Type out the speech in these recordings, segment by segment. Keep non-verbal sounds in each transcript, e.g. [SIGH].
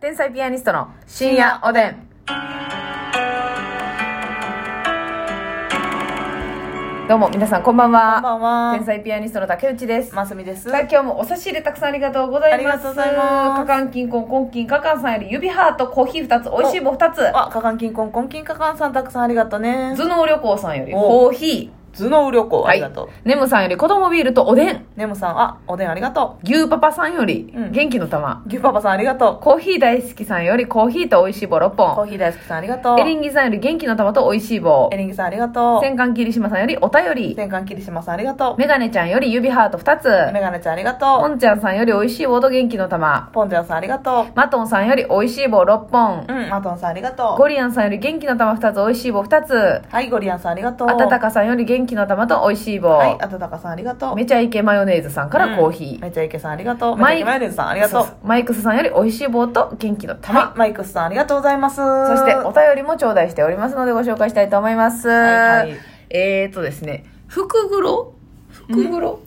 天才ピアニストの深夜おでん。どうも皆さんこんばんは。こんばんは天才ピアニストの竹内です。ますみです。さあ今日もお差し入れたくさんありがとうございます。ありがとうございまかすかんきんこんこんきんかかんさんより指ハートコーヒー2つ、おいしい棒2つ。あ、かかんきんこんこんきんかかんさんたくさんありがとうね。頭脳旅行さんよりおコーヒ頭脳旅行ー。ありがとう。ネムさんより子供ビールとおでん。ネムさん、あ、おでんありがと牛パパさんよりうん元気の玉。う。ぎゅパパさんありがとコーヒー大好きさんよりコーヒーとおいしい棒6う。コー本。ヒー大好きさんありがとう。エリンギさんより元気の玉とおいしい棒エ。リンギさんありがとう。戦艦霧島さんよりお便り。天官霧島さんありがとメガネちゃんより指ハート2う。メつ。ガネちゃんありがポとンちゃんさんより美味しい棒と元気の玉う。。ポンちゃんさんありがとマトンさんより美味しい棒6本う。。うん、マトンさんありがとゴリアンさんより元気の玉2つ、美味しい棒2つ。う。はい、ゴリアンさんありがとう。あたたかさんより元気の玉と美味しい棒。はい、あたたかさんありがとう。めちゃイケマヨネーズさんからコーヒうー。んめちゃイケさんありがとう。めちマゃイイケマヨネーズさんありがとそううそ。マイクスさんより美味しい棒と元気の玉。はい、マイクスさんありがとうございます。そそしてお便りも頂戴しておりますのでご紹介したいと思います。はいはいえーとですね、福黒福黒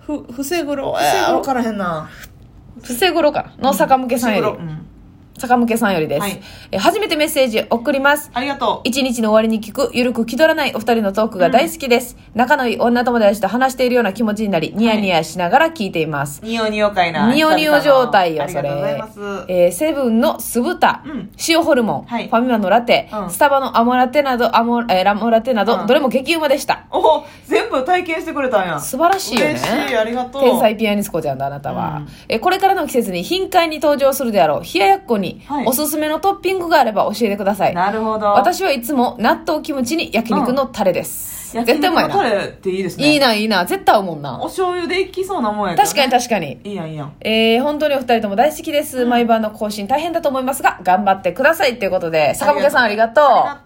ふ、ふせぐろ。せぐろわからへんな。伏せ黒かなの坂向けさんより伏。せ黒うん坂向さんよりです、はいえー初めてメッセージ送りますありがとう。一日の終わりに聞くゆるく気取らないお二人のトークが大好きです、仲のいい女友達と話しているような気持ちになりニヤニヤしながら聞いています、ニオニオかいな。ニオニオ状態よありそがれとうございます。えーセブンの酢豚、うん塩ホルモン、はいファミマのラテ、うんスタバのアモラテなどアモ、えーラモラテなど、うんどれも激うまでしたおお、全部体験してくれたんや。素晴らしいよね嬉しい、ありがとう。天才ピアニスコちゃんだあなたは、うんえこれからの季節に頻回に登場するであろう冷ややっこに、はいおすすめのトッピングがあれば教えてくださいなるほど。、私はいつも納豆キムチに焼肉のタレです、絶対うまいな、タレっていいですね。いいな、いいな。絶対合うもんなお。醤油でいきそうなもんやけど [LAUGHS] ね確かに確かに。いいやん、いいやん。えー、本当にお二人とも大好きです。毎晩の更新大変だと思いますが、頑張ってくださいということで、坂本さんありがとう。ありが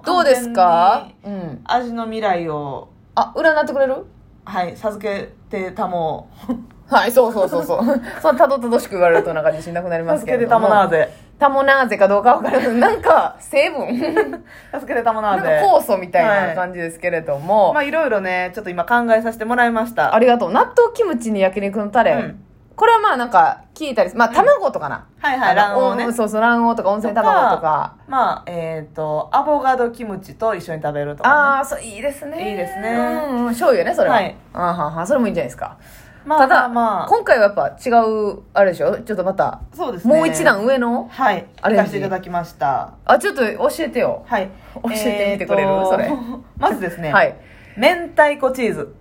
とう。どうですか完全にうん。味の未来を、あ、占ってくれるはい、授けて [LAUGHS] たもう。はい、そうそうそう [LAUGHS] そう。そんなたどたどしく言われるとなんか自信なくなります授けれけてどたも。もなーぜ。タモナーゼかどうかわからない。なんか、成 [LAUGHS] 分なんか助けてたもなーぜ。酵素みたいな感じですけれども。まあ、いろいろね、ちょっと今考えさせてもらいました。ありがとう。納豆キムチに焼肉のタレ。うんこれはまあなんか聞いたりす、まあ卵とかな。はいはいあの卵黄ねおそうそう、卵黄とか温泉卵とか。まあ、えっ、と、アボカドキムチと一緒に食べるとか、ああ、そう、いいですね。いいですねうん、うん、醤油ね、それは。はいあはんはんそれもいいんじゃないですか。ね。まあ、ただ、まあ、ま今回はやっぱ違う、あれでしょちょっとまた、あ、そうですね。もう一段。上のはい。アレンジ行かせていただきました。あ、ちょっと教えてよ。はい。教えてみてくれるーとそれ。 [LAUGHS] まずですね、はい。明太子チーズ。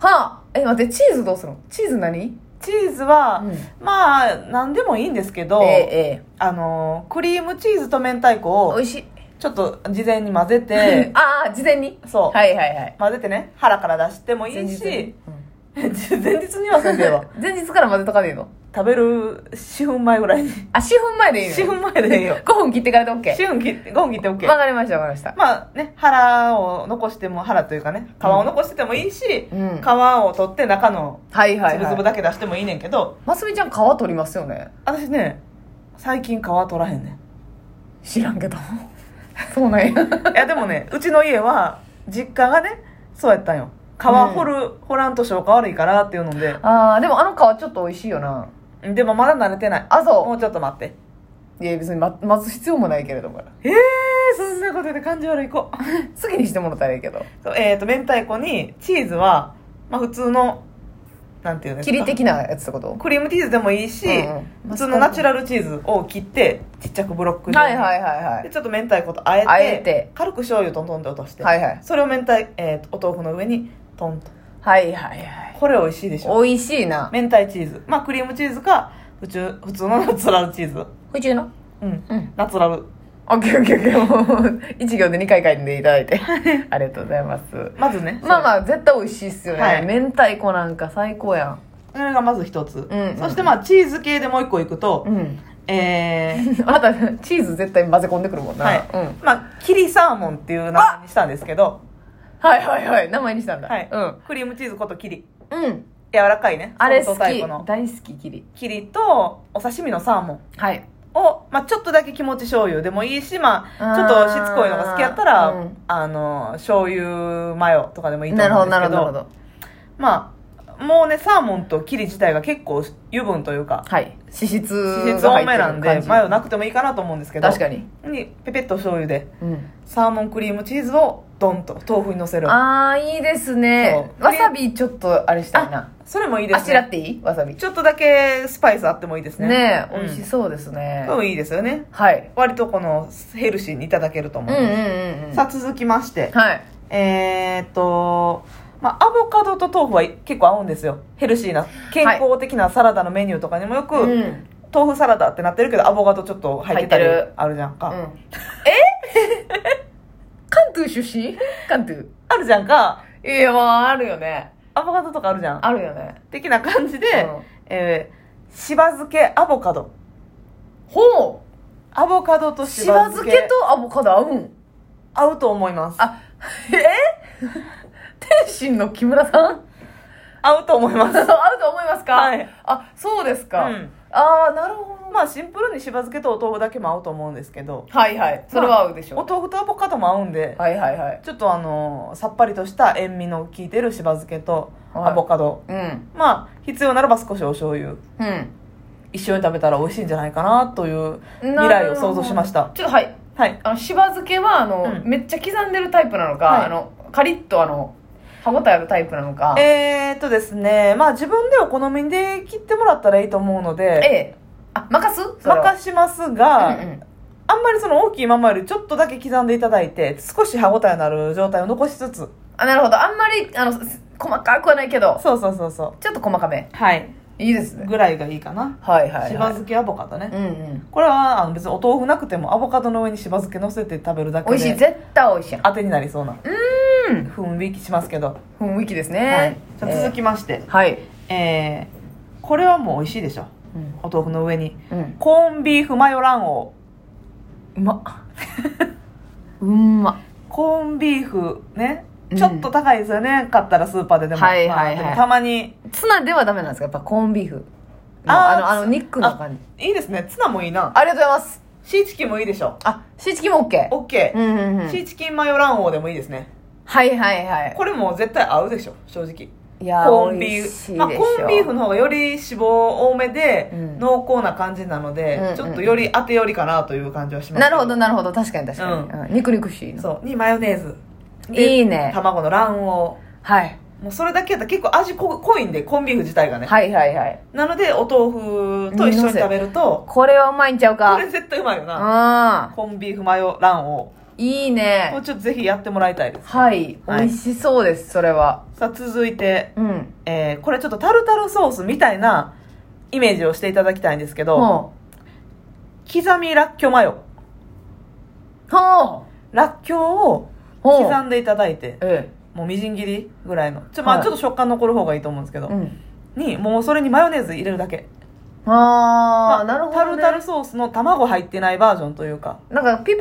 はあ、え、待って、チーズどうするのチーズ何チーズは、うんまあ、なんでもいいんですけど、えええあのー、クリームチーズと明え太子美を、味しい。、ちょっと事前に混ぜて [LAUGHS] ああ、事前にそうはいはいはい。混ぜてね、腹から出してもいいし、に前日にはせんでええわ。 [LAUGHS] 前日から混ぜとかでいいの食べる4分前ぐらいに。あ、4分前でいいの4分前でいいよ。 5分切ってからで OK。シュン切って、ゴン切ってわ OK。かりましたわかりました。まあね、腹を残しても、腹というかね、皮を残しててもいいし、うん皮を取って中のはいはいつぶはつぶい。だけ出してもいいねんけど、ますみちゃん皮取りますよね私ね、最近皮取らへんね知らんけど。そうなんや。ん。いやでも [LAUGHS] ね、うちの家は、実家がね、そうやったんよ。皮掘る、掘らんと消化悪いからっていうので、ああ、でもあの皮ちょっと美味しいよな。でもまだ慣れてない。あ、もそうちょっと待って。う。いや、別にま待つ必要もないけれども。えー、そんなことで感じ悪い子。好きにしてもらったらいいけど。 [LAUGHS] そうえっ、と、明太子にチーズは、まあ普通の、なんていうんですか。切り的なやつってことクリームチーズでもいいし、うんうん普通のナチュラルチーズを切ってちっちゃくブロックにはいはいはいはでい。ちょっと明太子とあえてあえて軽く醤油トントンと落として、はいはい。それを明太、えーとお豆腐の上にトンとはいはいはい。これ美味しいでしょ美味しいな。明太チーズまあクリームチーズか普通普通のナチュラルチーズ普通のうんうん。ナチュラルオッケーオッケーオッケー。もう、1行で2回書いていただい [LAUGHS] て。ありがとうございます。まずねまあまああ、絶対美味しいっすよね。はい明太子なんか最高やん。それがまず一つ、うんそしてまあチーズ系でもう一個いくと、 [LAUGHS] うん。えーあなた、チーズ絶対混ぜ込んでくるもんな。はい、うん。まあキリサーモンっていう名前にしたんですけど、はいはいはい。名前にしたんだ。はいうん。クリームチーズことキリうん。柔らかいねあれソ好フきトタイプの。大好き、きり。キリとお刺身のサーモンはい。を、まあ、ちょっとだけ気持ち醤油でもいいし、まあーあ、ちょっとしつこいのが好きやったら、うんあの、醤油マヨとかでもいいとなる思ほど、うんですなるけほど、ど、なるほど。まあ、もうねサーモンとキリ自体が結構油分というかはい。脂質脂質が多入ってめるなんで感じマヨなくてもいいかなと思うんですけど確かに。にペペッと醤油でうん。サーモンクリームチーズをドンと豆腐にのせるあー、いいですね。そうわさびちょっとあれしたいな。それもいいであすしらねっていいわさび。ちょっとだけスパイスあってもいいですねねえ、うん美味しそうですね。多分いいですよねはい。割とこのヘルシーにいただけるとう思んううんんです、うんうん。さあ続きましてはい。えーっと、まあ、アボカドと豆腐は結構合うんですよヘルシーな健康的なサラダのメニューとかにもよく、うん。うん。豆腐サラダってなってるけどアボカドちょっと入ってたり入ってるあるじゃんか、 [LAUGHS] 関東出身関東。あるじゃんかいや、まあ、あるよね。アボカドとかあるじゃんあるよね。的な感じで、うんえーしば漬けアボカドほアボカドとうししばば漬漬けけとアボカド合うん合うと思いますあ、 [LAUGHS] え天津の木村さん [LAUGHS] 合うと思います合うと思いますかはいあ、そうですか。うんああ、なるほど。まあシンプルにしば漬けとお豆腐だけも合うと思うんですけどはいはい。それは合うでしょお豆腐とアボカドも合うんで、はいはいはい。ちょっとあのーさっぱりとした塩味の効いてるしば漬けとはいアボカド、うん。まあ必要ならば少しお醤油う。一緒に食べたら美味しいんじゃないかなというん未来を想像しましたちょっとはい。はいあの、しば漬けは、あの、うんめっちゃ刻んでるタイプなのか、はいあの、カリッとあの、歯応えあるタイプなのか。えー、っとですねまあ自分でお好みで切ってもらったらいいと思うのでええ。あ、任すそれは任しますが、うんうんあんまりその大きいままよりちょっとだけ刻んでいただいて少し歯応えのある状態を残しつつあ、なるほど。あんまり、あの、す細かくはないけど、そうそうそうそうちょっと細かめ。はいいいですね。ぐらいがいいかなはいはい、はい。しば漬けアボカドね、うんうん。これはあの別にお豆腐なくてもアボカドの上にしば漬け乗せて食べるだけ美で味しい。絶対美味しいやん。当てになりそうなうん。雰囲気しますけど、雰囲気ですはいね。じゃあ続きましてえー。はい。えーこれはもう美味しいでしょうん。お豆腐の上にうん。コーンビーフマヨ卵うまっ。うんまっ。黄コーンビーフねうんちょっと高いですよね、買ったらスーパーででも,、はいはいはいでもたまにツナではダメなんですかやっぱコーンビーフの。あーあの、あの、肉の感じ。いいですねツナもいいなありがとうございます。シーチキンもいいでしょあ、シーチキンも OK。オッケうんうんうーん。シーチキンマヨ卵黄でもいいですねはいはいはい。これも絶対合うでしょ正直いやー、コーン美ビ味しいーフ、でしまょあ、コーンビーフの方がより脂肪多めで、うん濃厚な感じなので、うんうんうんちょっとより当てよりかなという感じはしますなるほどなるほど。確かに確かに。ううん。肉肉しいな。そうにマヨネーズいいね卵の卵はい。黄もうそれだけやったら結構味濃濃いんでコーンビーフ自体がね、はいはいはい。なのでお豆腐と一緒に食べるとこれはうまいんちゃうか。これ絶対うまいよなうコーンビーフマヨ卵ん。いい黄もねう。ちょっとぜひやってもらいたいですはい。美はい味しそうです、それは。さあ続いて、うん。えーこれちょっとタルタルソースみたいなイメージをしていただきたいんですけど、ほ刻みらっきょうマヨう。ほう。らっきょうをほう。刻んでいただいてえもうみじん切りぐらいのちょ,、まはあ、いちょっと食感残る方がいいと思うんですけど、え。うん。にもうそれにマヨネーズ入れるだけあまー、あなるほど。タルタル。ソースの卵入ってないバージョンというかなんかピ、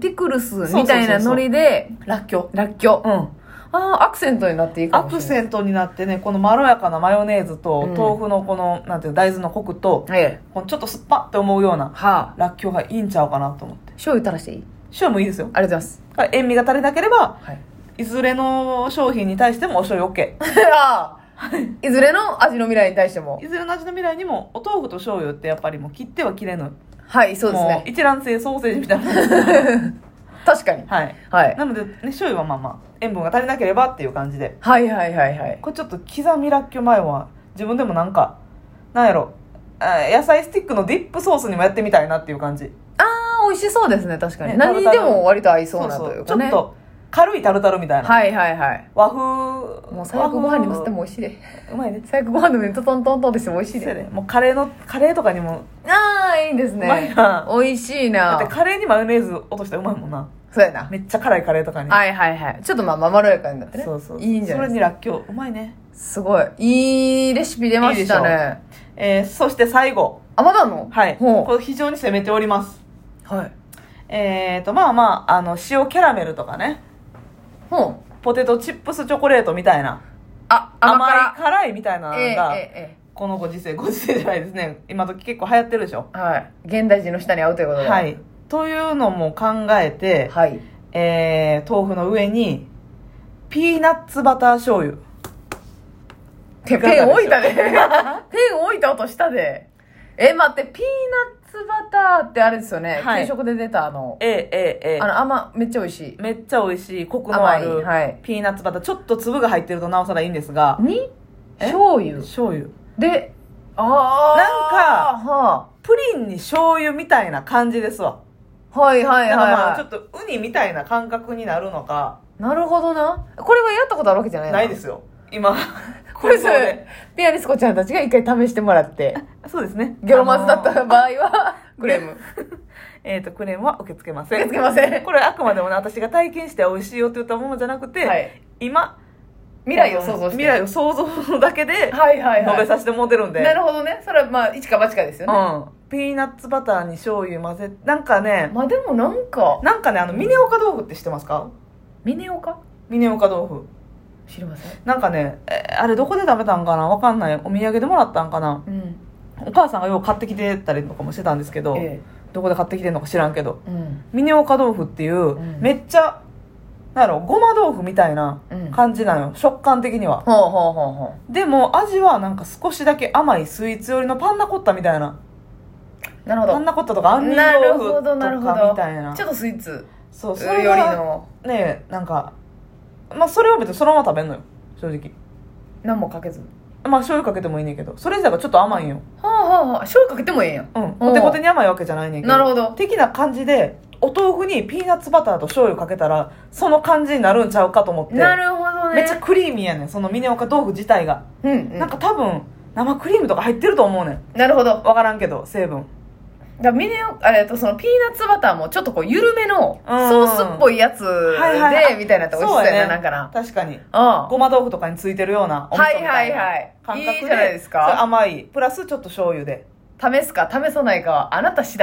ピクルスみたいなノリで、らっきょらっきょう。うんあー、アクセントになっていいかアもクしれセない。ントになってねこのまろやかなマヨネーズとうん豆腐のこの、なんていうの大豆のコクとええ。このちょっと酸っぱって思うようなはあ。らっきょうがいいんちゃうかなと思って醤油垂らしていい塩もいいですよありがとうございます。だから塩味が足りなければはい。 [LAUGHS] いずれの商品に対してもお醤油 OK あーいずれの味の未来に対してもい。ずれの味の未来にもお豆腐と醤油ってやっぱりもう切っては切れぬはい、そうですもうね。一卵性ソーセージみたいな [LAUGHS] 確かに。はいはい。なので、ね、醤油はまあまあ塩分が足りなければっていう感じではいはいはいはい。これちょっと刻みらっきょうマヨは自分でもなんかなんやろあ野菜スティックのディップソースにもやってみたいなっていう感じあー、美味しそうですね、確かに。ね何にでタルタルも割と合いそうなというちかょっね。と軽いタルタルみたいな、はいはいはい。和風もう最悪ご飯に乗せてもも美味しい [LAUGHS] で。うまいね最悪ご飯の上にトトントントンってしても美味しいそうやで。ねもうカレーのカレーとかにもあー、いいですうまいね。な美味しいだなってカレーにマヨネーズ落としたらうまいもんなそうやな。めっちゃ辛いカレーとかに、はいはいはい。ちょっとまあ、まあまろやかになってね。そうそういいんじゃないでそれにらっきょううまいね、すか。すごい。いいレシピ出ましたいいね。えー、そして最後あ、まだあんのはいほこれ非常に攻めておりますう。はい。えーとまあまああの塩キャラメルとかねほう。ポテトチップスチョコレートみたいなあ、甘甘い辛。辛いみたいなえのえが、ええこのご時世ご時世じゃないですね今時結構流行ってるでしょええ。はい。現代人の舌に合うということで。は。いというのも考えて、はい。えー、豆腐の上にピーナッツバター醤油ペかがでしンょう置いた [LAUGHS] で。ペン置いた音したで。え、待って、ピーナッツバターってあれですよね。はい給食で出たあの、えええええあの甘、めっちゃ美味しいえ。めっちゃ美味しいコクのあ甘いるはいピーナッツバターちょっと粒が入ってるとなおさらいいんですがに、え醤油。醤油で、ああ。なんか、はプリンに醤油みたいな感じですわあ、はいはいだはからい、まあはちょっとウニみたいな感覚になるのかい。なるほどな。これはやったことあるわけじゃない。ないですすよ [LAUGHS] 今これそ空港でれ、ピアニスコちゃんたちが一回試してもらって、そうですねゲロマズだっあのた場合 [LAUGHS] は、クレーム。えっとクレームは受け付けません受け付けませんこれあくまでもね私が体験して美味しいよって言ったものじゃなくて、はい今未来を想像して。未来を想像だけではいはい述はべい。させてもうてるんで、なるほどね。それはまあ、一か八かですよね。うんピーナッツバターに醤油混ぜなんかねまあでもなんか、なんかねあのミネオカ豆腐って知ってますかミネオかミネオカ豆腐知りません。なんかね、えーあれどこで食べたんかなわかんないお土産でもらったんかなうん。お母さんがよう買ってきてたりとかもしてたんですけど、えどこで買ってきてんのか知らんけどえ。うん。ミネオカ豆腐っていう、んめっちゃなんやろごま豆腐みたいなうん感じなのよ、食感的にはほうほうほうほでも味はなんか少しだけ甘いスイーツ寄りのパンナコッタみたいなう。なるほパンど。ナコッタとか杏仁なる豆ほ腐とど、かなるほみたいなど。ちょっとスイーツそうそよりれはの、ねなんかまあそれは別にそのまま食べんのよ正直何もかけず。まあ醤油かけてもいいねんけどそれ自体がちょっと甘いんよはあはあはあ。醤油かけてもええんやん。うんコテコテに甘いわけじゃないねんけどなるほど。的な感じでお豆腐にピーナッツバターと醤油かけたらその感じになるんちゃうかと思ってなるほどね。めっちゃクリーミーやねんそのミネオカ豆腐自体が、うん、うん。なんか多分生クリームとか入ってると思うねんなるほど。だか分からんけど成分らミネオ、あえっと、そのピーナッツバターもちょっとこう、緩めの、うんソースっぽいやつで、いはいはいみたいなとこ美味しそうそうややな、なねんかな。確かにうん。ごま豆腐とかについてるようなお味噌みたいなはいはいはい感覚でいいじゃないですかそれ甘いプラスちょっと醤油で試すか試さないかはあなた次